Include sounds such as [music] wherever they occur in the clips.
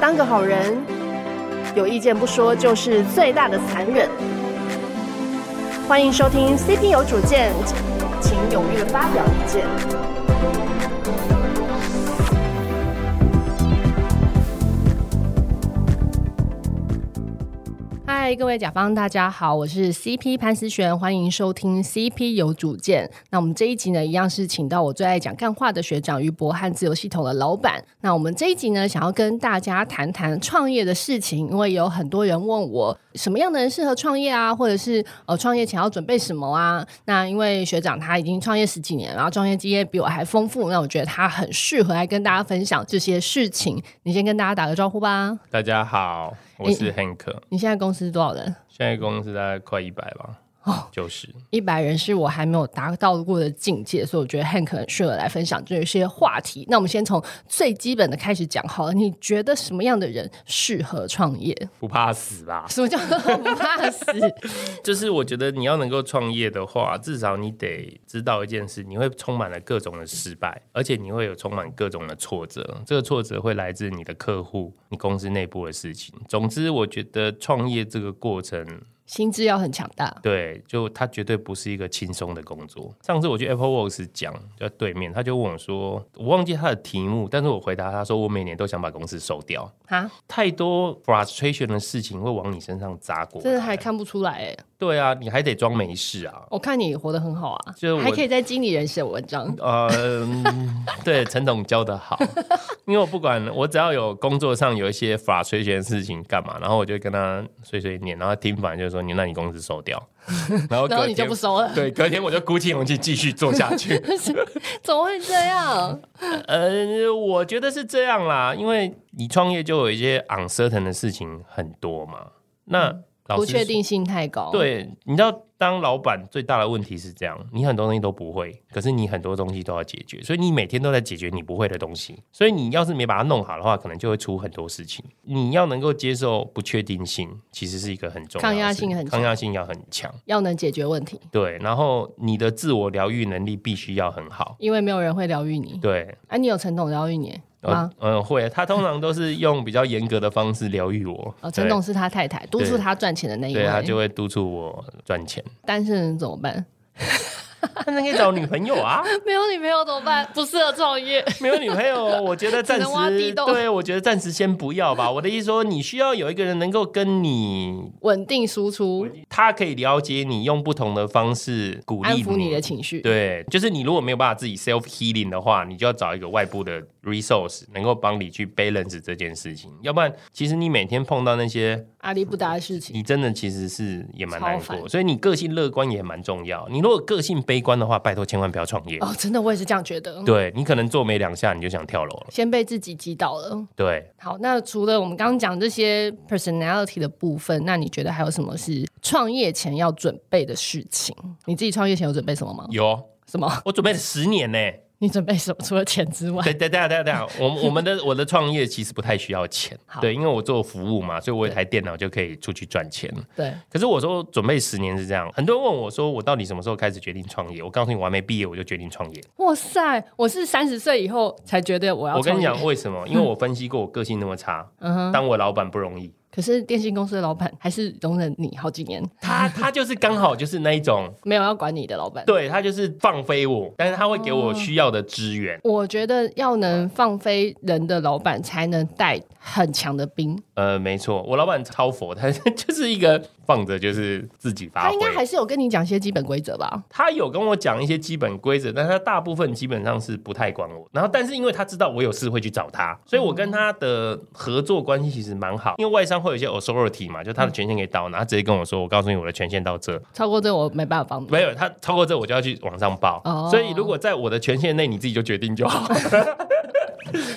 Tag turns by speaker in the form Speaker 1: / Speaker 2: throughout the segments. Speaker 1: 当个好人，有意见不说就是最大的残忍。欢迎收听 CP 有主见，请踊跃发表意见。嗨，各位甲方，大家好，我是 CP 潘思璇，欢迎收听 CP 有主见。那我们这一集呢，一样是请到我最爱讲干话的学长于博汉自由系统的老板。那我们这一集呢，想要跟大家谈谈创业的事情，因为有很多人问我什么样的人适合创业啊，或者是呃创业前要准备什么啊。那因为学长他已经创业十几年，然后创业经验比我还丰富，那我觉得他很适合来跟大家分享这些事情。你先跟大家打个招呼吧。
Speaker 2: 大家好，我是 Hank，、
Speaker 1: 你现在公司多少人？
Speaker 2: 现在公司大概快一百吧，九十、
Speaker 1: 一百人是我还没有达到过的境界，所以我觉得 Hank 很适合来分享这些话题。那我们先从最基本的开始讲好了，你觉得什么样的人适合创业？ [laughs]
Speaker 2: 不怕死吧？
Speaker 1: 什么叫做不怕死？
Speaker 2: [laughs]
Speaker 1: [laughs]
Speaker 2: 就是我觉得你要能够创业的话，至少你得知道一件事，你会充满了各种的失败，而且你会有充满各种的挫折。这个挫折会来自你的客户、你公司内部的事情。总之，我觉得创业这个过程，
Speaker 1: 心智要很强大。
Speaker 2: 对，就它绝对不是一个轻松的工作。上次我去 Apple Works 讲，在对面，他就问我说，我忘记他的题目，但是我回答他说，我每年都想把公司收掉。
Speaker 1: 啊，
Speaker 2: 太多 frustration 的事情会往你身上砸过来，
Speaker 1: 真的还看不出来哎、
Speaker 2: 对啊，你还得装没事啊。
Speaker 1: 我看你活得很好啊
Speaker 2: 就是，我
Speaker 1: 还可以在经理人写文章。
Speaker 2: 呃， [laughs] 对，陈总教
Speaker 1: [laughs]
Speaker 2: 的好，因为我不管，我只要有工作上有一些 frustration 的事情干嘛，然后我就跟他碎碎念，然后他听反就说你那你公司收
Speaker 1: [laughs]
Speaker 2: 掉，然后隔
Speaker 1: 然后你就
Speaker 2: 天
Speaker 1: 不收了，
Speaker 2: 对，隔天我就鼓起勇气继续做
Speaker 1: [laughs]
Speaker 2: 下去。
Speaker 1: 怎么会这样？
Speaker 2: 呃，我觉得是这样啦，因为你创业就有一些 uncertain 的事情很多嘛，那 [laughs] 老
Speaker 1: 嗯不
Speaker 2: 实
Speaker 1: 确
Speaker 2: 说
Speaker 1: 定性太高。，
Speaker 2: 对，你知道当老板最大的问题是这样，你很多东西都不会，可是你很多东西都要解决，所以你每天都在解决你不会的东西。所以你要是没把它弄好的话，可能就会出很多事情。你要能够接受不确定性，其实是一个很重要的
Speaker 1: 抗压
Speaker 2: 事
Speaker 1: 性很
Speaker 2: 抗压性要很强。
Speaker 1: 要能解决问题，
Speaker 2: 对，然后你的自我疗愈能力必须要很好。
Speaker 1: 因为没有人会疗愈你。
Speaker 2: 对，
Speaker 1: 啊，你有陈董疗愈你吗
Speaker 2: 呃？嗯，会，他通常都是用比较严格的方式疗愈我。
Speaker 1: 哦，陈
Speaker 2: 对
Speaker 1: 董是他太太，督促他赚钱的那一
Speaker 2: 对他就
Speaker 1: 位。
Speaker 2: 会督促我赚钱，
Speaker 1: 单身人怎么办？
Speaker 2: 但是可以找女朋友 [laughs] 啊。
Speaker 1: [laughs] 没有女朋友怎么办？不适合创业。
Speaker 2: [laughs] 没有女朋友，我觉得暂
Speaker 1: 只能挖地
Speaker 2: 时
Speaker 1: 洞
Speaker 2: 对，我觉得暂时先不要吧。我的意思说，你需要有一个人能够跟你，
Speaker 1: 稳定输出，
Speaker 2: 他可以了解你，用不同的方式鼓
Speaker 1: 安
Speaker 2: 励
Speaker 1: 抚你的情绪。
Speaker 2: 对，就是你如果没有办法自己 self healing 的话，你就要找一个外部的 resource 能够帮你去 balance 这件事情。要不然，其实你每天碰到那些，
Speaker 1: 阿里不达的事情，
Speaker 2: 你真的其实是也蛮难
Speaker 1: 超
Speaker 2: 过。
Speaker 1: 烦
Speaker 2: 所以你个性乐观也蛮重要。你如果个性悲观的话，拜托千万不要创业。
Speaker 1: 哦，真的我也是这样觉得，
Speaker 2: 对你可能做没两下你就想跳楼了。
Speaker 1: 先被自己击倒了。
Speaker 2: 对，
Speaker 1: 好，那除了我们刚刚讲这些 personality 的部分，那你觉得还有什么是创业前要准备的事情？你自己创业前有准备什么吗？
Speaker 2: 有。哦
Speaker 1: 什么？ [laughs]
Speaker 2: 我准备了十年呢、
Speaker 1: 你准备什么？除了钱之外，
Speaker 2: 对对对对对，我我们的我的创业其实不太需要钱
Speaker 1: 好，
Speaker 2: 对，因为我做服务嘛，所以我有一台电脑就可以出去赚钱。
Speaker 1: 对，
Speaker 2: 可是我说准备十年是这样，很多人问我说我到底什么时候开始决定创业？我告诉你，我还没毕业我就决定创业。
Speaker 1: 哇塞，我是三十岁以后才觉得我要
Speaker 2: 我跟
Speaker 1: 创
Speaker 2: 你
Speaker 1: 业。
Speaker 2: 讲为什么？因为我分析过我个性那么差，
Speaker 1: 嗯哼，
Speaker 2: 当我老板不容易。
Speaker 1: 可是电信公司的老板还是容忍你好几年，
Speaker 2: 他他就是刚好就是那一种，
Speaker 1: 没有要管你的老板。
Speaker 2: 对他就是放飞我，但是他会给我
Speaker 1: 哦
Speaker 2: 需要的资源。
Speaker 1: 我觉得要能放飞人的老板，才能带很强的兵。
Speaker 2: 呃，没错，我老板超佛，他 [laughs] 就是一个放着就是自己发
Speaker 1: 他
Speaker 2: 挥
Speaker 1: 应。该还是有跟你讲些基本规则吧？
Speaker 2: 他有跟我讲一些基本规则，但他大部分基本上是不太管我。然后，但是因为他知道我有事会去找他，所以我跟他的合作关系其实蛮好。因为外商会有一些 authority 嘛，就他的权限可以到，然后他直接跟我说：“我告诉你，我的权限到这。
Speaker 1: 超过这我没办法帮”你。
Speaker 2: 没有，他超过这我就要去往上报。
Speaker 1: 哦
Speaker 2: 所以如果在我的权限内，你自己就决定就好。 [laughs]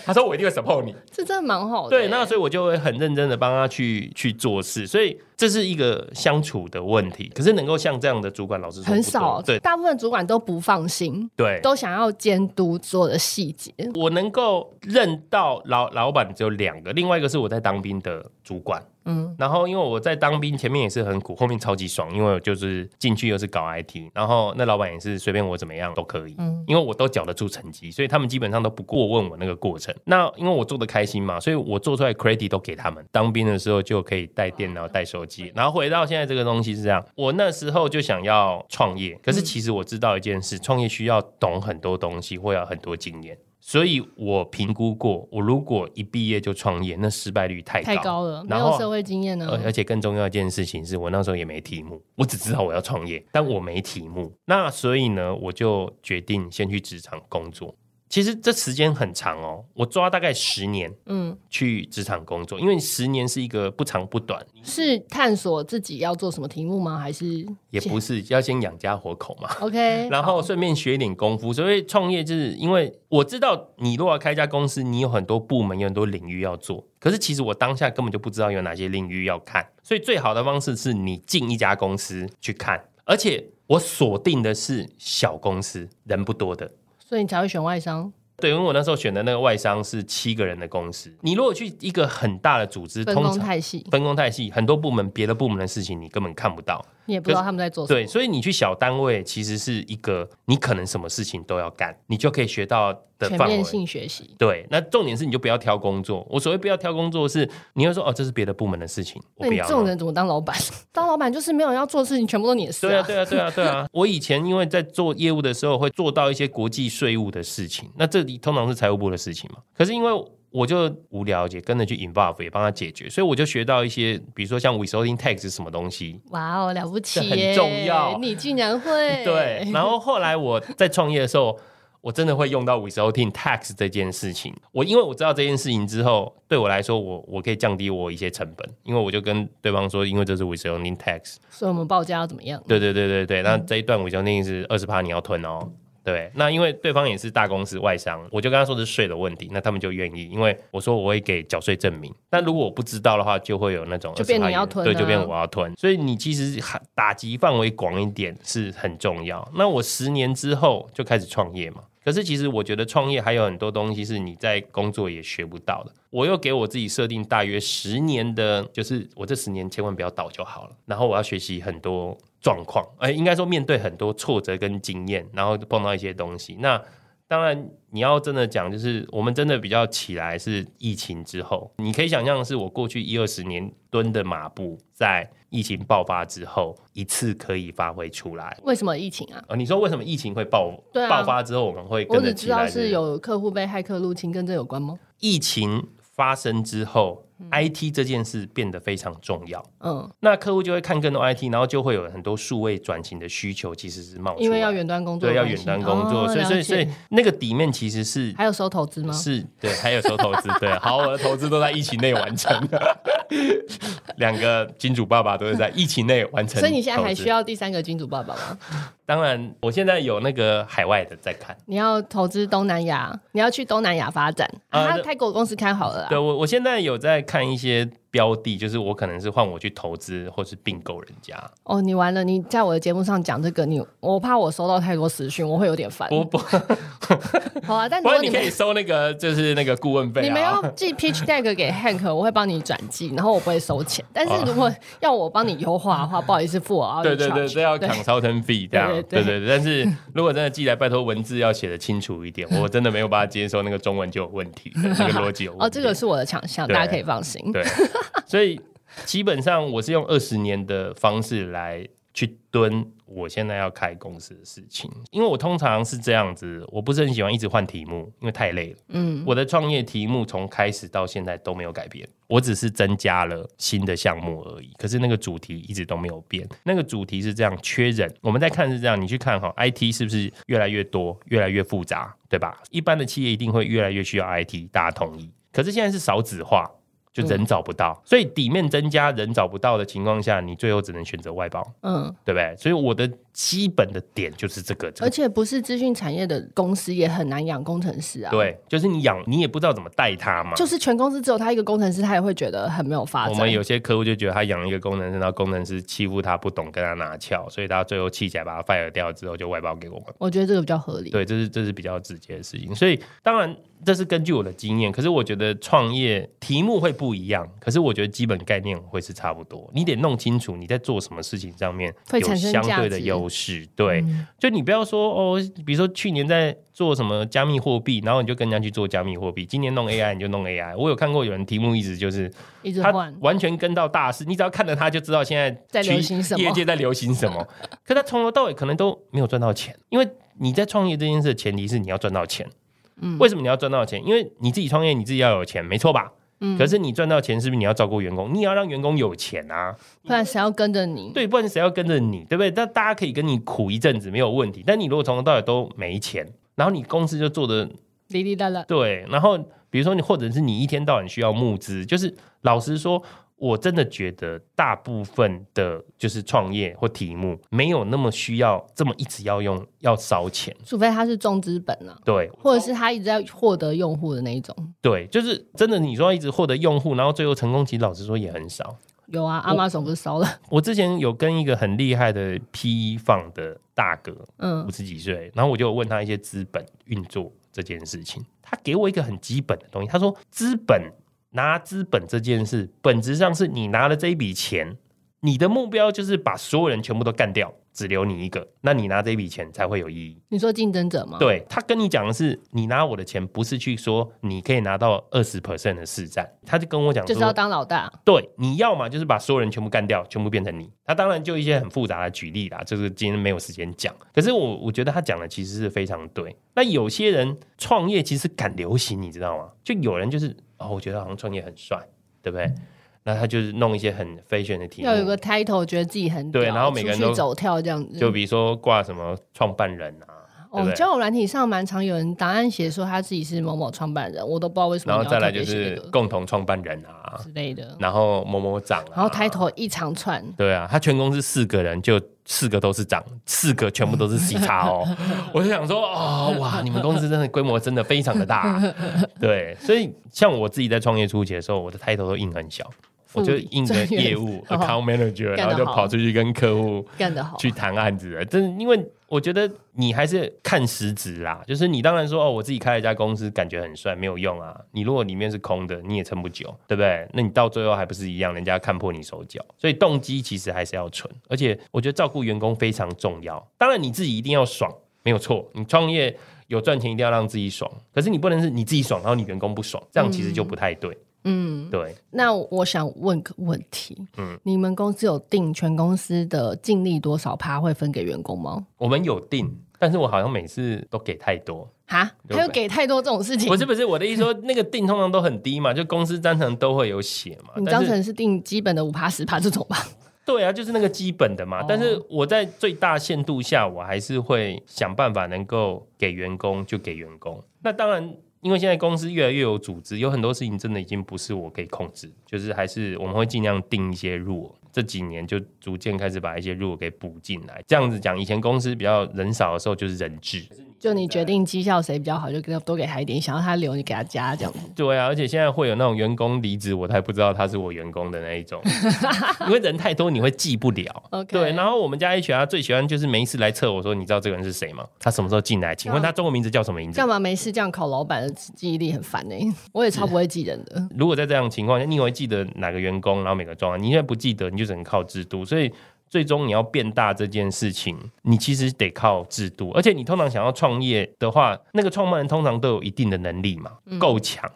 Speaker 2: 他说我一定会 support 你。
Speaker 1: 这真的蛮好的。
Speaker 2: 对，那所以我就会很认真的帮他去去做事，所以这是一个相处的问题。可是能够像这样的主管，老师
Speaker 1: 很少，
Speaker 2: 对
Speaker 1: 大部分主管都不放心，
Speaker 2: 对，
Speaker 1: 都想要监督所有的细节。
Speaker 2: 我能够认到老老板只有两个，另外一个是我在当兵的主管，嗯，然后因为我在当兵前面也是很苦，后面超级爽，因为我就是进去又是搞 IT，然后那老板也是随便我怎么样都可以，因为我都缴得住成绩，所以他们基本上都不过问我那个过程。那因为我做的开心嘛，所以我做出来 credit 都给他们。当兵的时候就可以带电脑、带手机，然后回到现在这个东西是这样。我那时候就想要创业，可是其实我知道一件事，创业需要懂很多东西，会要很多经验。所以我评估过，我如果一毕业就创业，那失败率太高
Speaker 1: 太高了，没
Speaker 2: 然
Speaker 1: 有
Speaker 2: 后
Speaker 1: 社会经验啊呢
Speaker 2: 而。而且更重要一件事情是我那时候也没题目，我只知道我要创业，但我没题目。那所以呢，我就决定先去职场工作。其实这时间很长哦，我抓大概十年
Speaker 1: 嗯，
Speaker 2: 去职场工作，因为十年是一个不长不短，
Speaker 1: 是探索自己要做什么题目吗？还是
Speaker 2: 也不是要先养家活口嘛。 [laughs]
Speaker 1: OK？
Speaker 2: 然后顺便学一点功夫，所以创业就是因为我知道你如果要开一家公司，你有很多部门，有很多领域要做。可是其实我当下根本就不知道有哪些领域要看，所以最好的方式是你进一家公司去看，而且我锁定的是小公司，人不多的。
Speaker 1: 所以你才会选外商
Speaker 2: 对，因为我那时候选的那个外商是七个人的公司，你如果去一个很大的组织，
Speaker 1: 分
Speaker 2: 通
Speaker 1: 工
Speaker 2: 常
Speaker 1: 太细，
Speaker 2: 分工太细，很多部门别的部门的事情你根本看不到。
Speaker 1: 你也不知道他们在做什么。
Speaker 2: 对，所以你去小单位其实是一个你可能什么事情都要干，你就可以学到的
Speaker 1: 全
Speaker 2: 范围
Speaker 1: 面。性学习，
Speaker 2: 对，那重点是你就不要挑工作。我所谓不要挑工作是，你会说哦，这是别的部门的事情，
Speaker 1: 那
Speaker 2: 我不
Speaker 1: 你
Speaker 2: 要
Speaker 1: 这
Speaker 2: 弄。
Speaker 1: 种人怎么当老板？ [laughs] 当老板就是没有人要做的事情，全部都你的事
Speaker 2: 对啊，
Speaker 1: 啊。
Speaker 2: 对啊，对啊，对啊！我以前因为在做业务的时候，会做到一些国际税务的事情，那这里通常是财务部的事情嘛。可是因为我就无聊，也跟着去 involve，也帮他解决，所以我就学到一些，比如说像 withholding tax 是什么东西，
Speaker 1: 哇哦，了不起
Speaker 2: 这很
Speaker 1: 耶！
Speaker 2: 重要
Speaker 1: 你竟然会
Speaker 2: [laughs] 对，然后后来我在创业的时候， [laughs] 我真的会用到 withholding tax 这件事情。我因为我知道这件事情之后，对我来说，我我可以降低我一些成本，因为我就跟对方说，因为这是 withholding tax。
Speaker 1: 所以我们报价要怎么样？
Speaker 2: 对对对对对，
Speaker 1: 嗯
Speaker 2: 那这一段 withholding 是二十趴，你要吞哦。对，那因为对方也是大公司外商，我就跟他说是税的问题，那他们就愿意，因为我说我会给缴税证明。但如果我不知道的话，就会有那种
Speaker 1: 就变
Speaker 2: 20%
Speaker 1: 你要吞
Speaker 2: 对，
Speaker 1: 啊
Speaker 2: 就变我要吞。所以你其实还打击范围广一点是很重要。那我十年之后就开始创业嘛，可是其实我觉得创业还有很多东西是你在工作也学不到的。我又给我自己设定大约十年的，就是我这十年千万不要倒就好了。然后我要学习很多状况，哎、应该说面对很多挫折跟经验，然后碰到一些东西。那当然，你要真的讲，就是我们真的比较起来是疫情之后，你可以想象是我过去一二十年蹲的马步，在疫情爆发之后一次可以发挥出来。
Speaker 1: 为什么疫情啊？
Speaker 2: 呃，你说为什么疫情会爆、
Speaker 1: 对啊
Speaker 2: 爆发之后我们会
Speaker 1: 我
Speaker 2: 跟着
Speaker 1: 只知
Speaker 2: 起来？
Speaker 1: 道是有客户被骇客入侵，跟这有关吗？
Speaker 2: 疫情发生之后、i t 这件事变得非常重要。
Speaker 1: 嗯，
Speaker 2: 那客户就会看更多 IT，然后就会有很多数位转型的需求，其实是冒出来，
Speaker 1: 因为要远端工作
Speaker 2: 对
Speaker 1: 的
Speaker 2: 要
Speaker 1: 关系，
Speaker 2: 远端工作，
Speaker 1: 哦
Speaker 2: 所以所以所
Speaker 1: 了
Speaker 2: 以
Speaker 1: 解
Speaker 2: 那个底面其实是
Speaker 1: 还有收投资吗？
Speaker 2: 是对，还有收投资，对，啊好，我的投资都在疫情内完成的，两个金主爸爸都是在疫情内完成，
Speaker 1: 所以你现在还需？要第三个金主爸爸吗？
Speaker 2: 当然，我现在有那个海外的在看，
Speaker 1: 你要投资东南亚，你要去东南亚发展，
Speaker 2: 呃
Speaker 1: 啊、他
Speaker 2: 那
Speaker 1: 泰国公司开好了啊啦
Speaker 2: 对。我我现在有在看一些标的，就是我可能是换我去投资或是并购人家，
Speaker 1: 哦，你完了，你在我的节目上讲这个，你我怕我收到太多私讯，我会有点烦。
Speaker 2: 不不，
Speaker 1: [laughs] 好啊，但如
Speaker 2: 不
Speaker 1: 果
Speaker 2: 然你
Speaker 1: 你
Speaker 2: 可
Speaker 1: 们
Speaker 2: 以收那个就是那个顾问费、啊，
Speaker 1: 你们要寄 pitch deck 给 Hank，我会帮你转寄，然后我不会收钱。但是如果要我帮你优化的话，不好意思，付我 hourly
Speaker 2: [laughs] 哦对对对，
Speaker 1: charge
Speaker 2: 这要 consultant fee 这样，
Speaker 1: 对对
Speaker 2: 对对
Speaker 1: 对
Speaker 2: 对。但是如果真的寄来，拜托文字要写的清楚一点，我真的没有办法接受那个中文就有问题，那个逻辑有 [laughs] 问题。
Speaker 1: 哦，这个是我的强项，
Speaker 2: 对
Speaker 1: 大家可以放心。
Speaker 2: 对，所以基本上我是用二十年的方式来去蹲我现在要开公司的事情，因为我通常是这样子，我不是很喜欢一直换题目，因为太累了。嗯，我的创业题目从开始到现在都没有改变，我只是增加了新的项目而已，可是那个主题一直都没有变。那个主题是这样，缺人。我们在看是这样，你去看哈，IT 是不是越来越多，越来越复杂，对吧？一般的企业一定会越来越需要 IT，大家同意。可是现在是少子化，就
Speaker 1: 嗯
Speaker 2: 人找不到，所以底面增加人找不到的情况下，你最后只能选择外包，
Speaker 1: 嗯，
Speaker 2: 对不对？所以我的基本的点就是这个，这
Speaker 1: 而
Speaker 2: 个
Speaker 1: 且不是资讯产业的公司也很难养工程师啊。，
Speaker 2: 对，就是你养你也不知道怎么带它嘛。
Speaker 1: 就是全公司只有他一个工程师，他也会觉得很没有发
Speaker 2: 我
Speaker 1: 展。
Speaker 2: 们有些客户就觉得他养了一个工程师，然后工程师欺负他不懂，跟他拿翘，所以他最后气起来把他 fire 掉之后就外包给我们。
Speaker 1: 我觉得这个比较合理。
Speaker 2: 对，这是这是比较直接的事情。所以当然，这是根据我的经验，可是我觉得创业题目会不一样，可是我觉得基本概念会是差不多。你得弄清楚你在做什么事情上面
Speaker 1: 会
Speaker 2: 有
Speaker 1: 产生
Speaker 2: 相
Speaker 1: 价
Speaker 2: 对的
Speaker 1: 值
Speaker 2: 优势。对，
Speaker 1: 嗯
Speaker 2: 就你不要说哦，比如说去年在做什么加密货币，然后你就跟人家去做加密货币，今年弄 AI 你就弄 AI。我有看过有人题目一直就是
Speaker 1: 一直
Speaker 2: 他
Speaker 1: 换，
Speaker 2: 完全跟到大势，你只要看着他就知道现在
Speaker 1: 在流
Speaker 2: 趋
Speaker 1: 行什么
Speaker 2: 业界在流
Speaker 1: [laughs]
Speaker 2: 行什么。可他从头到尾可能都没有赚到钱，因为你在创业这件事的前提是你要赚到钱。
Speaker 1: 嗯
Speaker 2: 为什么你要赚到钱？因为你自己创业，你自己要有钱，没错吧？
Speaker 1: 嗯
Speaker 2: 可是你赚到钱，是不是你要照顾员工？你也要让员工有钱啊，
Speaker 1: 不然谁要跟着你？
Speaker 2: 对，不然谁要跟着你，对不对？但大家可以跟你苦一阵子没有问题，但你如果从头到尾都没钱，然后你公司就做的
Speaker 1: 滴滴答答，
Speaker 2: 对，然后比如说你，或者是你一天到晚需要募资，就是老实说，我真的觉得大部分的就是创业或题目没有那么需要这么一直要用要烧钱。
Speaker 1: 除非他是重资本啊呢、
Speaker 2: 对
Speaker 1: 或者是他一直在获得用户的那一种。
Speaker 2: 对，就是真的，你说要一直获得用户，然后最后成功，其实老实说也很少。
Speaker 1: 有啊，阿玛总不是烧
Speaker 2: [laughs]
Speaker 1: 了？
Speaker 2: 我之前有跟一个很厉害的 PE 放的大哥，
Speaker 1: 嗯
Speaker 2: 五，十几岁，然后我就有问他一些资本运作这件事情，他给我一个很基本的东西，他说资本拿资本这件事，本质上是你拿了这一笔钱，你的目标就是把所有人全部都干掉，只留你一个，那你拿这笔钱才会有意义。
Speaker 1: 你说竞争者吗？，
Speaker 2: 对他跟你讲的是，你拿我的钱不是去说你可以拿到二十 percent 的市占，他就跟我讲
Speaker 1: 就是要
Speaker 2: 说，
Speaker 1: 当老大。
Speaker 2: 对，你要嘛就是把所有人全部干掉，全部变成你。他当然就一些很复杂的举例啦，就是今天没有时间讲。可是我我觉得他讲的其实是非常对。那有些人创业其实赶流行，你知道吗？就有人就是哦，我觉得好像创业很帅，对不对？那他就是弄一些很 fashion 的题
Speaker 1: 嗯
Speaker 2: 目，
Speaker 1: 要有个 title，觉得自己很
Speaker 2: 对
Speaker 1: 屌
Speaker 2: 然后每个人
Speaker 1: 出
Speaker 2: 都
Speaker 1: 去走跳这样子。
Speaker 2: 就比如说挂什么创办人啊，对
Speaker 1: 哦，
Speaker 2: 不对
Speaker 1: 交友软体上蛮常有人答案写说他自己是某某创办人，我都不知道为什么
Speaker 2: 然
Speaker 1: 你
Speaker 2: 后
Speaker 1: 要
Speaker 2: 再来
Speaker 1: 特别写
Speaker 2: 就
Speaker 1: 这
Speaker 2: 是
Speaker 1: 个
Speaker 2: 共同创办人啊，
Speaker 1: 之类的，
Speaker 2: 然后某某长、啊，
Speaker 1: 然后 title 一长串，
Speaker 2: 对啊，他全公司四个人，就四个都是长，四个全部都是 C
Speaker 1: [laughs]
Speaker 2: 叉哦。我就想说，哦，哇，你们公司真的规模真的非常的大。对，所以像我自己在创业初期的时候，我的 title 都印很小，我就印个
Speaker 1: 专员
Speaker 2: 业务
Speaker 1: 哦
Speaker 2: account manager，
Speaker 1: 干得
Speaker 2: 然后就
Speaker 1: 好
Speaker 2: 跑出去跟客户
Speaker 1: 干得好。
Speaker 2: 去谈案子了。真的因为我觉得你还是看实质啦，就是你当然说哦，我自己开了一家公司，感觉很帅，没有用啊。你如果里面是空的，你也撑不久，对不对？那你到最后还不是一样，人家看破你手脚。所以动机其实还是要存，而且我觉得照顾员工非常重要。当然你自己一定要爽，没有错。你创业有赚钱，一定要让自己爽。可是你不能是你自己爽，然后你员工不爽，这样其实就不太对。
Speaker 1: 嗯，
Speaker 2: 对，
Speaker 1: 那我想问个问题，
Speaker 2: 嗯
Speaker 1: 你们公司有定全公司的净利多少趴会分给员工吗？
Speaker 2: 我们有定，但是我好像每次都给太多。
Speaker 1: 哈，
Speaker 2: 六
Speaker 1: 还有
Speaker 2: 百
Speaker 1: 给太多这种事情
Speaker 2: [laughs] 不？是不是，我的意思说，那个定通常都很低嘛，就公司章程都会有写嘛。
Speaker 1: 你
Speaker 2: 啊但
Speaker 1: 章
Speaker 2: 是
Speaker 1: 程是定基本的五趴十趴这种吧？
Speaker 2: 对啊，就是那个基本的嘛。
Speaker 1: 哦
Speaker 2: 但是我在最大限度下，我还是会想办法能够给员工就给员工。那当然，因为现在公司越来越有组织，有很多事情真的已经不是我可以控制，就是还是我们会尽量定一些 rule。这几年就逐渐开始把一些 rule 给补进来。这样子讲，以前公司比较人少的时候就是人质，
Speaker 1: 就你决定绩效谁比较好，就给他多给他一点，想要他留你给他加这样子。
Speaker 2: 对啊，而且现在会有那种员工离职，我才不知道他是我员工的那一种，因为人太多你会记不了。
Speaker 1: OK，
Speaker 2: 对，然后我们家 HR 最喜欢就是每一次来测我说，你知道这个人是谁吗？他什么时候进来？请问他中文名字叫什么名字
Speaker 1: 干？嘛没事这样考老板的记忆力很烦呢、欸我也超不会记人的。
Speaker 2: 如果在这样的情况下，你以为记得哪个员工，然后每个状况，你现在不记得，你就只能靠制度。所以最终你要变大这件事情，你其实得靠制度。而且你通常想要创业的话，那个创办人通常都有一定的能力嘛，够强。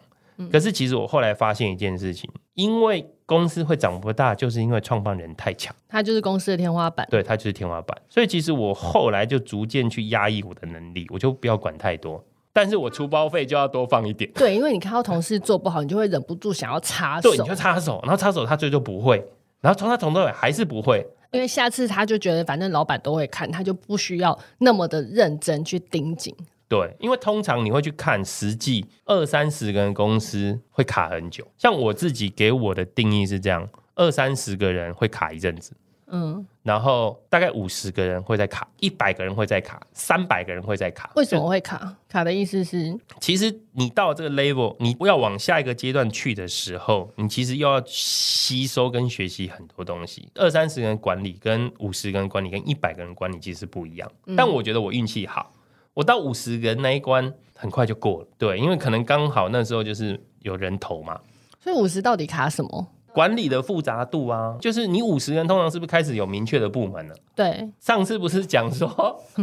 Speaker 2: 可是其实我后来发现一件事情，因为公司会长不大，就是因为创办人太强，
Speaker 1: 他就是公司的天花板。
Speaker 2: 对他就是天花板。所以其实我后来就逐渐去压抑我的能力，我就不要管太多，但是我出包费就要多放一点。
Speaker 1: 对，因为你看到同事做不好，你就会忍不住想要插手
Speaker 2: 对，你，就插手，然后插手他最后就不会，然后从他从头到尾还是不会，
Speaker 1: 因为下次他就觉得反正老板都会看，他就不需要那么的认真去盯紧。
Speaker 2: 对，因为通常你会去看实际二三十个人公司会卡很久，像我自己给我的定义是这样，二三十个人会卡一阵子。
Speaker 1: 嗯，
Speaker 2: 然后大概五十个人会在卡，一百个人会在卡，三百个人会在卡。
Speaker 1: 为什么会卡？卡的意思是，
Speaker 2: 其实你到这个 level，你要往下一个阶段去的时候，你其实又要吸收跟学习很多东西。二三十个人管理跟五十个人管理跟一百个人管理其实不一样，但我觉得我运气好，我到五十个人那一关，很快就过了。对，因为可能刚好那时候就是有人头嘛，
Speaker 1: 所以五十到底卡什么？
Speaker 2: 管理的复杂度啊，就是你五十人通常是不是开始有明确的部门了？
Speaker 1: 对，
Speaker 2: 上次不是讲说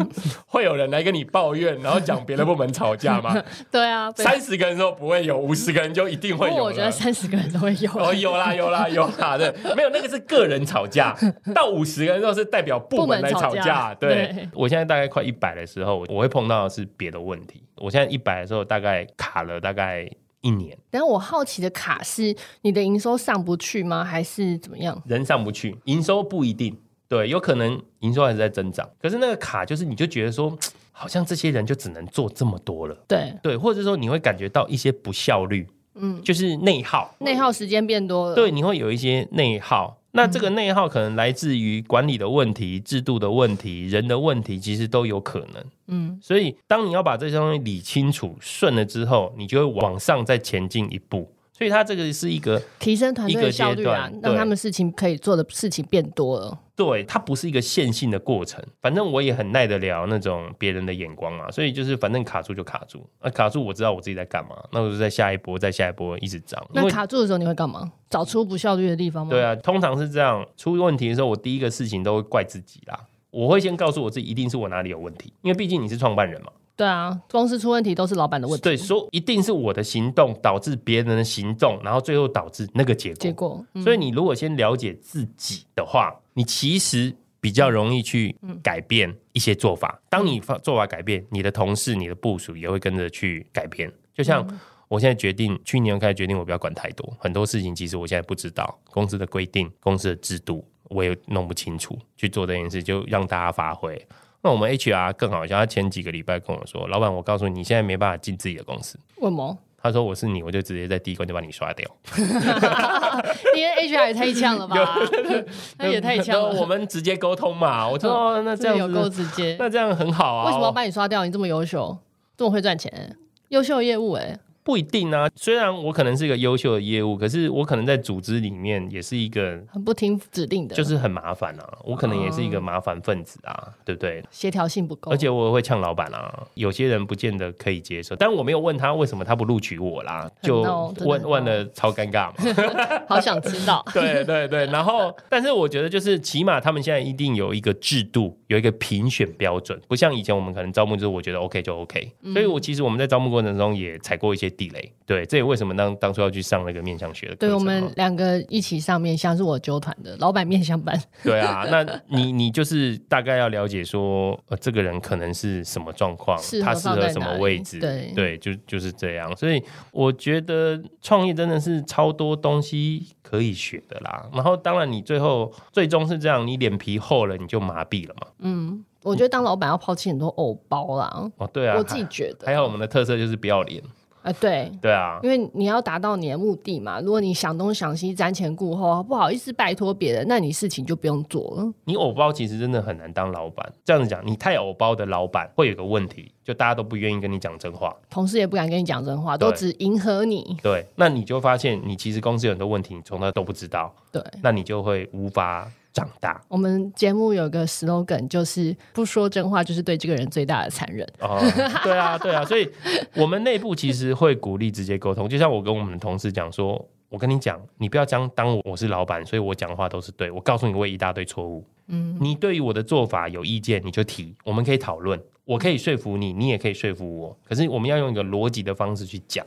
Speaker 2: [laughs] 会有人来跟你抱怨，然后讲别的部门吵架吗？
Speaker 1: 对啊，被
Speaker 2: 三十个人说不会有，五十个人就一定
Speaker 1: 不
Speaker 2: 会
Speaker 1: 过
Speaker 2: 有
Speaker 1: 我觉得
Speaker 2: 了。
Speaker 1: 三十个人都会有。
Speaker 2: 哦，有啦，有
Speaker 1: [laughs]
Speaker 2: 啦，有啦，对，没有那个是个人吵架，到五十个人都是代表部门来
Speaker 1: 部门
Speaker 2: 吵
Speaker 1: 吵
Speaker 2: 架
Speaker 1: 架。
Speaker 2: 对，
Speaker 1: 对
Speaker 2: 我现在大概快一百的时候，我我会碰到的是别的问题。我现在一百的时候，大概卡了大概一年，
Speaker 1: 但我好奇的卡是你的营收上不去吗？还是怎么样？
Speaker 2: 人上不去，营收不一定，对，有可能营收还是在增长，可是那个卡就是你就觉得说，好像这些人就只能做这么多了，
Speaker 1: 对，
Speaker 2: 对，或者说你会感觉到一些不效率，嗯，就是内耗，
Speaker 1: 内耗时间变多了。
Speaker 2: 对，你会有一些内耗。那
Speaker 1: 嗯
Speaker 2: 这个内耗可能来自于管理的问题、制度的问题、人的问题，其实都有可能。
Speaker 1: 嗯，
Speaker 2: 所以，当你要把这些东西理清楚、顺了之后，你就会往上再前进一步。所以，它这个是一个
Speaker 1: 提升团队的效率啊
Speaker 2: 一个阶段，对
Speaker 1: 让他们事情可以做的事情变多了。
Speaker 2: 对，它不是一个线性的过程。反正我也很耐得了那种别人的眼光嘛，所以就是反正卡住就卡住，啊，卡住我知道我自己在干嘛，那我就在下一波，在下一波一直涨。因
Speaker 1: 那
Speaker 2: 为
Speaker 1: 卡住的时候你会干嘛？找出不效率的地方吗？
Speaker 2: 对啊，通常是这样，出问题的时候，我第一个事情都会怪自己啦。我会先告诉我自己，一定是我哪里有问题，因为毕竟你是创办人嘛。
Speaker 1: 对啊，公司出问题都是老板的问题。
Speaker 2: 对，说一定是我的行动导致别人的行动，然后最后导致那个结果。
Speaker 1: 结果，嗯
Speaker 2: 所以你如果先了解自己的话，你其实比较容易去改变一些做法。当你发做法改变，你的同事、你的部署也会跟着去改变。就像我现在决定，去年开始决定我不要管太多，很多事情其实我现在不知道公司的规定、公司的制度，我也弄不清楚。去做这件事，就让大家发挥。那我们 HR 更好笑，他前几个礼拜跟我说：“老板，我告诉你，现在没办法进自己的公司。
Speaker 1: 为毛？”
Speaker 2: 他说：“我是你，我就直接在第一关就把你刷掉。”
Speaker 1: 因为 HR 也太呛了吧？ [laughs] 那也太呛
Speaker 2: 那我
Speaker 1: 了，
Speaker 2: 们直接沟通
Speaker 1: [laughs]
Speaker 2: 嘛。我说、哦、那这
Speaker 1: 这有
Speaker 2: 样
Speaker 1: 够
Speaker 2: 子，
Speaker 1: 直接。
Speaker 2: 那这样很好啊。
Speaker 1: 为什么要把你刷掉？你这么优秀，这么会赚钱，优秀的业务哎、
Speaker 2: 不一定啊？虽然我可能是一个优秀的业务，可是我可能在组织里面也是一个。
Speaker 1: 很不听指令的，
Speaker 2: 就是很麻烦啊，我可能也是一个麻烦分子啊，对不对？
Speaker 1: 协调性不够。
Speaker 2: 而且我也会呛老板啊，有些人不见得可以接受，但我没有问他为什么他不录取我啦，就
Speaker 1: 闹真的
Speaker 2: 问
Speaker 1: 很
Speaker 2: 问
Speaker 1: 闹
Speaker 2: 了超尴尬嘛。，
Speaker 1: 好想知道 [laughs]
Speaker 2: 对对对，然后但是我觉得就是起码他们现在一定有一个制度，有一个评选标准，不像以前我们可能招募就是我觉得 OK 就 OK，、所以
Speaker 1: 嗯
Speaker 2: 我其实我们在招募过程中也踩过一些地雷，对，这也为什么当当初要去上那个面向学的课程
Speaker 1: 对
Speaker 2: 哦
Speaker 1: 我们两个一起上面向是我纠团的老板面向班，
Speaker 2: 对啊，那你你就是大概要了解说，呃，这个人可能是什么状况
Speaker 1: 适，合
Speaker 2: 哦他适
Speaker 1: 放
Speaker 2: 合
Speaker 1: 在
Speaker 2: 什么
Speaker 1: 哪里
Speaker 2: 位置，
Speaker 1: 对
Speaker 2: 对，就就是这样。所以我觉得创业真的是超多东西可以学的啦。然后当然你最后最终是这样，你脸皮厚了你就麻痹了嘛。
Speaker 1: 我觉得当老板要抛弃很多偶包啦，
Speaker 2: 哦，对啊，
Speaker 1: 我自己觉
Speaker 2: 还
Speaker 1: 得，
Speaker 2: 有我们的特色就是不要脸，
Speaker 1: 啊对。
Speaker 2: 对啊。
Speaker 1: 因为你要达到你的目的嘛，如果你想东想西、瞻前顾后，不好意思拜托别人，那你事情就不用做了。
Speaker 2: 你偶包其实真的很难当老板。这样子讲，你太偶包的老板会有个问题，就大家都不愿意跟你讲真话。
Speaker 1: 同事也不敢跟你讲真话，都
Speaker 2: 对
Speaker 1: 只迎合你。
Speaker 2: 对，那你就发现你其实公司有很多问题，你从来都不知道。
Speaker 1: 对，
Speaker 2: 那你就会无法长大
Speaker 1: 我们节目有个 slogan，就是不说真话就是对这个人最大的残忍。
Speaker 2: 哦。对啊，对啊，所以我们内部其实会鼓励直接沟通，就像我跟我们的同事讲说。我跟你讲，你不要将当我我是老板，所以我讲话都是对。我告诉你，我有一大堆错误。嗯，你对于我的做法有意见，你就提，我们可以讨论，我可以说服你，你也可以说服我。可是我们要用一个逻辑的方式去讲。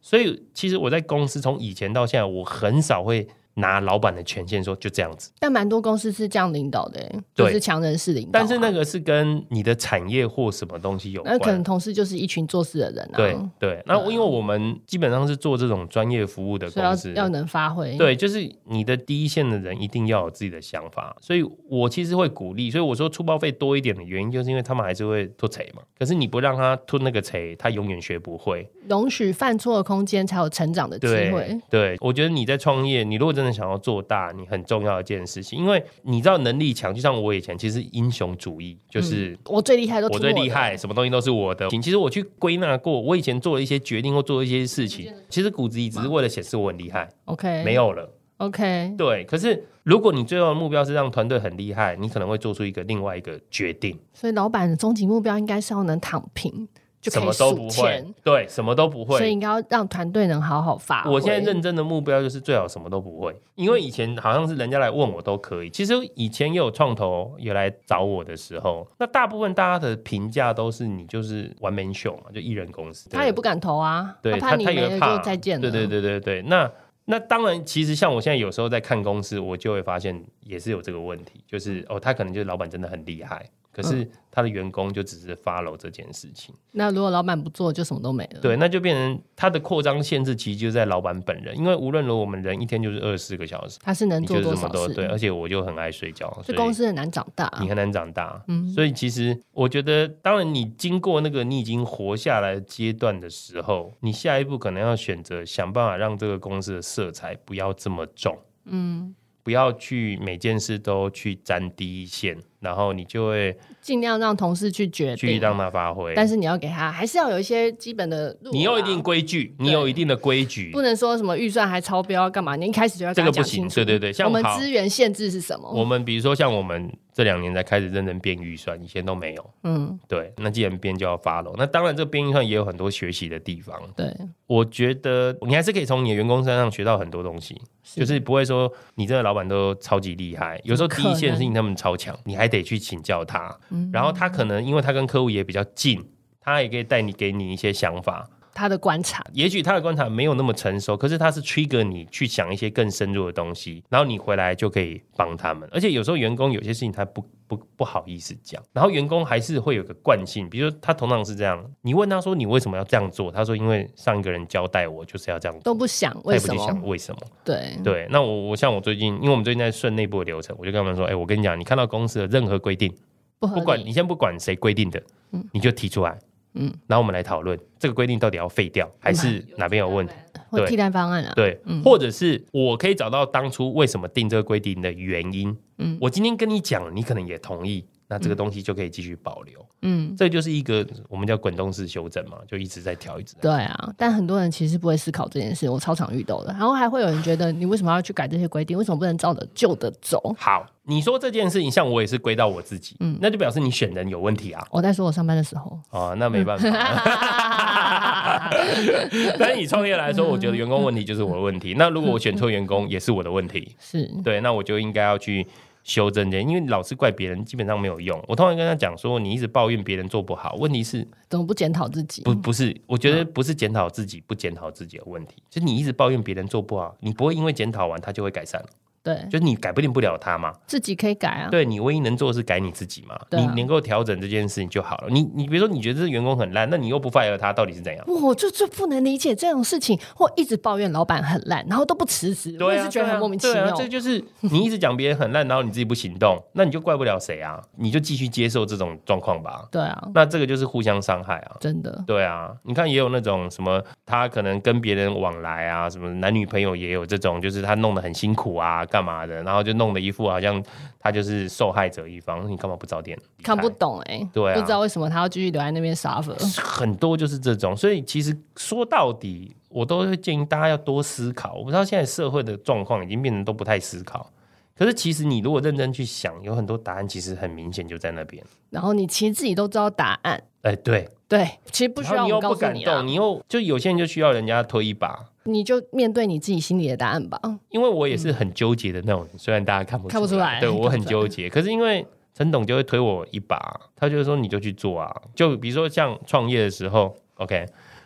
Speaker 2: 所以，其实我在公司从以前到现在，我很少会拿老板的权限说就这样子。
Speaker 1: 但蛮多公司是这样领导的、欸，
Speaker 2: 对
Speaker 1: 就是强人式领导啊、
Speaker 2: 但是那个是跟你的产业或什么东西有
Speaker 1: 那可能
Speaker 2: 关。啊
Speaker 1: 同事就是一群做事的人啊，
Speaker 2: 对对，那因为我们基本上是做这种专业服务的
Speaker 1: 所以要
Speaker 2: 公司，
Speaker 1: 要能发挥。，
Speaker 2: 对，就是你的第一线的人一定要有自己的想法，所以我其实会鼓励，所以我说出报费多一点的原因，就是因为他们还是会吐贼嘛。可是你不让他吐那个贼，他永远学不会。
Speaker 1: 容许犯错的空间才有成长的机
Speaker 2: 对
Speaker 1: 会。
Speaker 2: 对，我觉得你在创业，你如果真的想要做大，你很重要的一件事情，因为你知道能力强，就像我以前其实英雄主义，就是
Speaker 1: 我最厉害都
Speaker 2: 我
Speaker 1: 听
Speaker 2: 最
Speaker 1: 的
Speaker 2: 厉害，，什么东西都是我的。其实我去归纳过，我以前做了一些决定或做了一些事情，其实骨子里只是为了显示我很厉害，
Speaker 1: OK，
Speaker 2: 没有了。
Speaker 1: OK，
Speaker 2: 对，可是如果你最后的目标是让团队很厉害，你可能会做出一个另外一个决定。
Speaker 1: 所以老板的终极目标应该是要能躺平。就
Speaker 2: 什
Speaker 1: 可以
Speaker 2: 么都
Speaker 1: 数
Speaker 2: 不
Speaker 1: 钱
Speaker 2: 会，，对，什么都不
Speaker 1: 所以
Speaker 2: 会。
Speaker 1: 应该要让团队能好好发挥。
Speaker 2: 我现在认真的目标就是最好什么都不会，因为以前好像是人家来问我都可以。其实以前也有创投也来找我的时候，那大部分大家的评价都是你就是完美秀嘛，就艺人公司。
Speaker 1: 他也不敢投啊，
Speaker 2: 对
Speaker 1: 怕你
Speaker 2: 他
Speaker 1: 没
Speaker 2: 也
Speaker 1: 了
Speaker 2: 会怕
Speaker 1: 就再见了。
Speaker 2: 对对对对对，那那当然，其实像我现在有时候在看公司，我就会发现也是有这个问题，就是
Speaker 1: 嗯
Speaker 2: 哦，他可能就是老板真的很厉害，可是他的员工就只是 follow 这件事情，
Speaker 1: 那如果老板不做，就什么都没了。，
Speaker 2: 对，那就变成他的扩张限制其实就在老板本人，因为无论如何我们人一天就是二十四个小时，
Speaker 1: 他是能
Speaker 2: 你
Speaker 1: 做
Speaker 2: 就是
Speaker 1: 多
Speaker 2: 这么
Speaker 1: 少
Speaker 2: 多
Speaker 1: 事？
Speaker 2: 对，而且我就很爱睡觉，所
Speaker 1: 这
Speaker 2: 以
Speaker 1: 公司很难长大。啊
Speaker 2: 你很难长大。
Speaker 1: 嗯
Speaker 2: 所以其实我觉得，当然你经过那个你已经活下来的阶段的时候，你下一步可能要选择想办法让这个公司的色彩不要这么重，
Speaker 1: 嗯，
Speaker 2: 不要去每件事都去沾第一线，然后你就会
Speaker 1: 尽量让同事去决
Speaker 2: 去
Speaker 1: 定，
Speaker 2: 让它发挥。
Speaker 1: 但是你要给他，还是要有一些基本的路啊。
Speaker 2: 你有一定规矩，你有一定的规矩
Speaker 1: 不。能说什么预算还超标干嘛？你一开始就要跟他
Speaker 2: 这个不
Speaker 1: 讲清
Speaker 2: 行
Speaker 1: 楚
Speaker 2: 对对对像
Speaker 1: 我们
Speaker 2: 好
Speaker 1: 资源限制是什么？
Speaker 2: 我们比如说像我们这两年才开始认真编预算，以前都没有。
Speaker 1: 嗯，
Speaker 2: 对，那既然编就要发了，那当然这个编预算也有很多学习的地方。
Speaker 1: 对，
Speaker 2: 我觉得你还是可以从你的员工身上学到很多东西，就是不会说你这个老板都超级厉害，有时候第一线的事情他们超强，你还得去请教他。然后他可能因为他跟客户也比较近，他也可以带你给你一些想法。
Speaker 1: 他的观察，
Speaker 2: 也许他的观察没有那么成熟，可是他是 trigger 你去想一些更深入的东西，然后你回来就可以帮他们。而且有时候员工有些事情他不不不好意思讲，然后员工还是会有个惯性，比如说他通常是这样，你问他说你为什么要这样做，他说因为上一个人交代我就是要这样做。
Speaker 1: 都不想
Speaker 2: 他
Speaker 1: 为
Speaker 2: 也不
Speaker 1: 什
Speaker 2: 去想
Speaker 1: 么？嗯
Speaker 2: 为什么？
Speaker 1: 对，
Speaker 2: 对，那我我像我最近，因为我们最近在顺内部的流程，我就跟他们说，哎、我跟你讲，你看到公司的任何规定，
Speaker 1: 不合
Speaker 2: 不管
Speaker 1: 理
Speaker 2: 你先不管谁规定的，你就提出来，嗯，然后我们来讨论这个规定到底要废掉，还是
Speaker 1: 嗯
Speaker 2: 哪边有问题？
Speaker 1: 或
Speaker 2: 对
Speaker 1: 替代方案啊。
Speaker 2: 对，或者是我可以找到当初为什么定这个规定的原因。嗯，我今天跟你讲了，你可能也同意，那这个东西就可以继续保留。
Speaker 1: 嗯，
Speaker 2: 这就是一个我们叫滚动式修正嘛，就一直在调，一直在调。
Speaker 1: 对啊，但很多人其实不会思考这件事，我超常遇到的。然后还会有人觉得，你为什么要去改这些规定？为什么不能照着旧的走？
Speaker 2: 好，你说这件事情，像我也是归到我自己，那就表示你选人有问题啊。
Speaker 1: 我在说我上班的时
Speaker 2: [laughs]
Speaker 1: 候， [laughs]
Speaker 2: 哦，那没办法。 [laughs] 但是以创业来说，我觉得员工问题就是我的问题。那如果我选错员工，也是我的问题。
Speaker 1: 是
Speaker 2: 对，那我就应该要去修正这，因为老是怪别人基本上没有用。我通常跟他讲说，你一直抱怨别人做不好，问题是
Speaker 1: 怎么不检讨自己？
Speaker 2: 不不是？我觉得不是检讨自己不检讨自己的问题，就是你一直抱怨别人做不好，你不会因为检讨完他就会改善，
Speaker 1: 对
Speaker 2: 就是你改变不了他嘛。
Speaker 1: 自己可以改啊。
Speaker 2: 对你唯一能做的是改你自己嘛，
Speaker 1: 对啊
Speaker 2: 你能够调整这件事情就好了。你你比如说你觉得这员工很烂，那你又不 fire 他，到底是怎样？
Speaker 1: 我就就不能理解这种事情，或一直抱怨老板很烂，然后都不辞职，我
Speaker 2: 对
Speaker 1: 也
Speaker 2: 啊，
Speaker 1: 是觉得
Speaker 2: 对啊
Speaker 1: 很莫名其
Speaker 2: 对啊
Speaker 1: 妙。
Speaker 2: 这就是你一直讲别人很烂，然后你自己不行动，那你就怪不了谁啊，你就继续接受这种状况吧。
Speaker 1: 对啊，
Speaker 2: 那这个就是互相伤害啊。
Speaker 1: 真的，
Speaker 2: 对啊，你看也有那种什么，他可能跟别人往来啊，什么男女朋友也有这种，就是他弄得很辛苦啊，干嘛的，然后就弄得一副好像他就是受害者一方，你干嘛不早点离开？
Speaker 1: 看不懂哎、
Speaker 2: 对啊
Speaker 1: 不知道为什么他要继续留在那边 suffer。
Speaker 2: 很多就是这种，所以其实说到底，我都会建议大家要多思考。我不知道现在社会的状况已经变成都不太思考，可是其实你如果认真去想，有很多答案其实很明显就在那边。
Speaker 1: 然后你其实自己都知道答案，
Speaker 2: 哎，对，
Speaker 1: 对，其实不
Speaker 2: 然
Speaker 1: 需
Speaker 2: 后
Speaker 1: 要
Speaker 2: 你
Speaker 1: 我
Speaker 2: 又
Speaker 1: 们告
Speaker 2: 不
Speaker 1: 诉
Speaker 2: 敢
Speaker 1: 你啊，
Speaker 2: 动，你又就有些人就需要人家推一把。
Speaker 1: 你就面对你自己心里的答案吧。
Speaker 2: 因为我也是很纠结的那种人，虽然大家看不
Speaker 1: 嗯看不出来
Speaker 2: 对我
Speaker 1: 看
Speaker 2: 很
Speaker 1: 不出来
Speaker 2: 纠结，可是因为陈董就会推我一把，他就会说你就去做啊，就比如说像创业的时候，OK。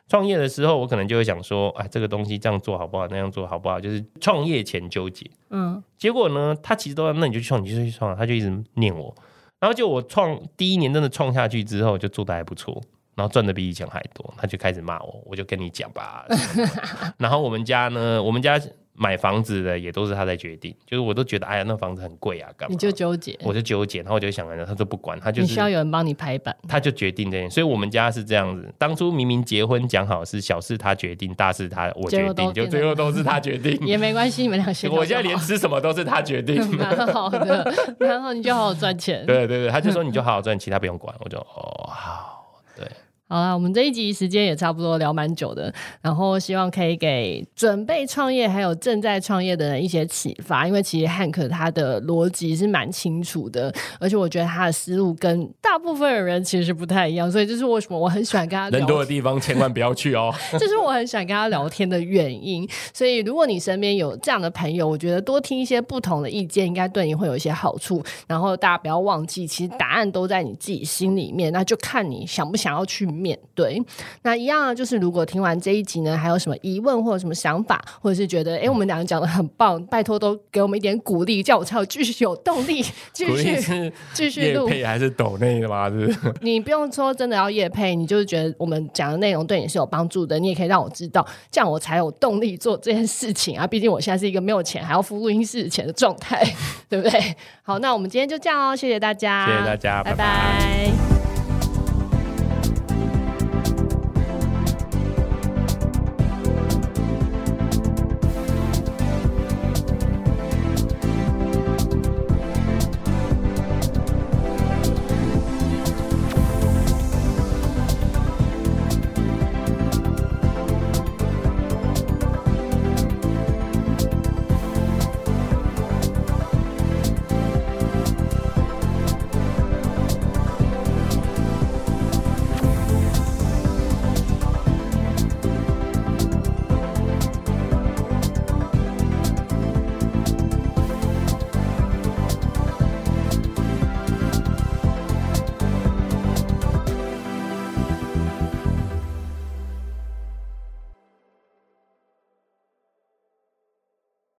Speaker 2: 创业的时候，我可能就会想说，哎，这个东西这样做好不好，那样做好不好，就是创业前纠结。
Speaker 1: 嗯，
Speaker 2: 结果呢，他其实都要，那你就去创，你就去创，啊他就一直念我。然后就我创第一年真的创下去之后，就做的还不错，然后赚的比以前还多，他就开始骂我，我就跟你讲
Speaker 1: [laughs]
Speaker 2: 吧。什么的然后我们家呢，我们家买房子的也都是他在决定，就是我都觉得哎呀，那房子很贵啊，干嘛？
Speaker 1: 你就纠结，
Speaker 2: 我就纠结，然后我就想着他都不管，他就
Speaker 1: 你需
Speaker 2: 是
Speaker 1: 要有人帮你排版。
Speaker 2: 他就决定这件事，所以我们家是这样子。当初明明结婚讲好是小事他决定，大事他我决定，
Speaker 1: 结果都
Speaker 2: 就
Speaker 1: 变成
Speaker 2: 最后都是他决定。
Speaker 1: 也没关系，你们俩协调就好。
Speaker 2: 我现在连吃什么都是他决定。
Speaker 1: [laughs] 蛮好的，然后你就好好赚钱。
Speaker 2: 对对对，他就说你就好好赚，其他不用管。我就哦好，对，
Speaker 1: 好啦，我们这一集时间也差不多聊蛮久的，然后希望可以给准备创业还有正在创业的人一些启发，因为其实汉克他的逻辑是蛮清楚的，而且我觉得他的思路跟大部分的人其实不太一样，所以这是为什么我很喜欢跟他聊
Speaker 2: 人多的地方千万不要去哦。
Speaker 1: 这是我很想跟他聊天的原因。所以，如果你身边有这样的朋友，我觉得多听一些不同的意见，应该对你会有一些好处。然后大家不要忘记，其实答案都在你自己心里面，那就看你想不想要去面
Speaker 2: 嗯
Speaker 1: 对。那一样啊，就是如果听完这一集呢，还有什么疑问或者什么想法，或者是觉得哎，诶我们两个讲的很棒，拜托都给我们一点鼓励，这样我才有继续有动力继
Speaker 2: 鼓励
Speaker 1: 续
Speaker 2: [laughs] 是
Speaker 1: 继续
Speaker 2: 业
Speaker 1: 录。
Speaker 2: 配还是抖内的嘛？是不是？
Speaker 1: 你不用说真的要夜配，你就是觉得我们讲的内容对你是有帮助的，你也可以让我知道，这样我才有动力做这件事情啊。毕竟我现在是一个没有钱还要付录音室钱的状态，对不对？好，那我们今天就这样哦，谢谢大家，
Speaker 2: 谢谢大家拜
Speaker 1: 拜拜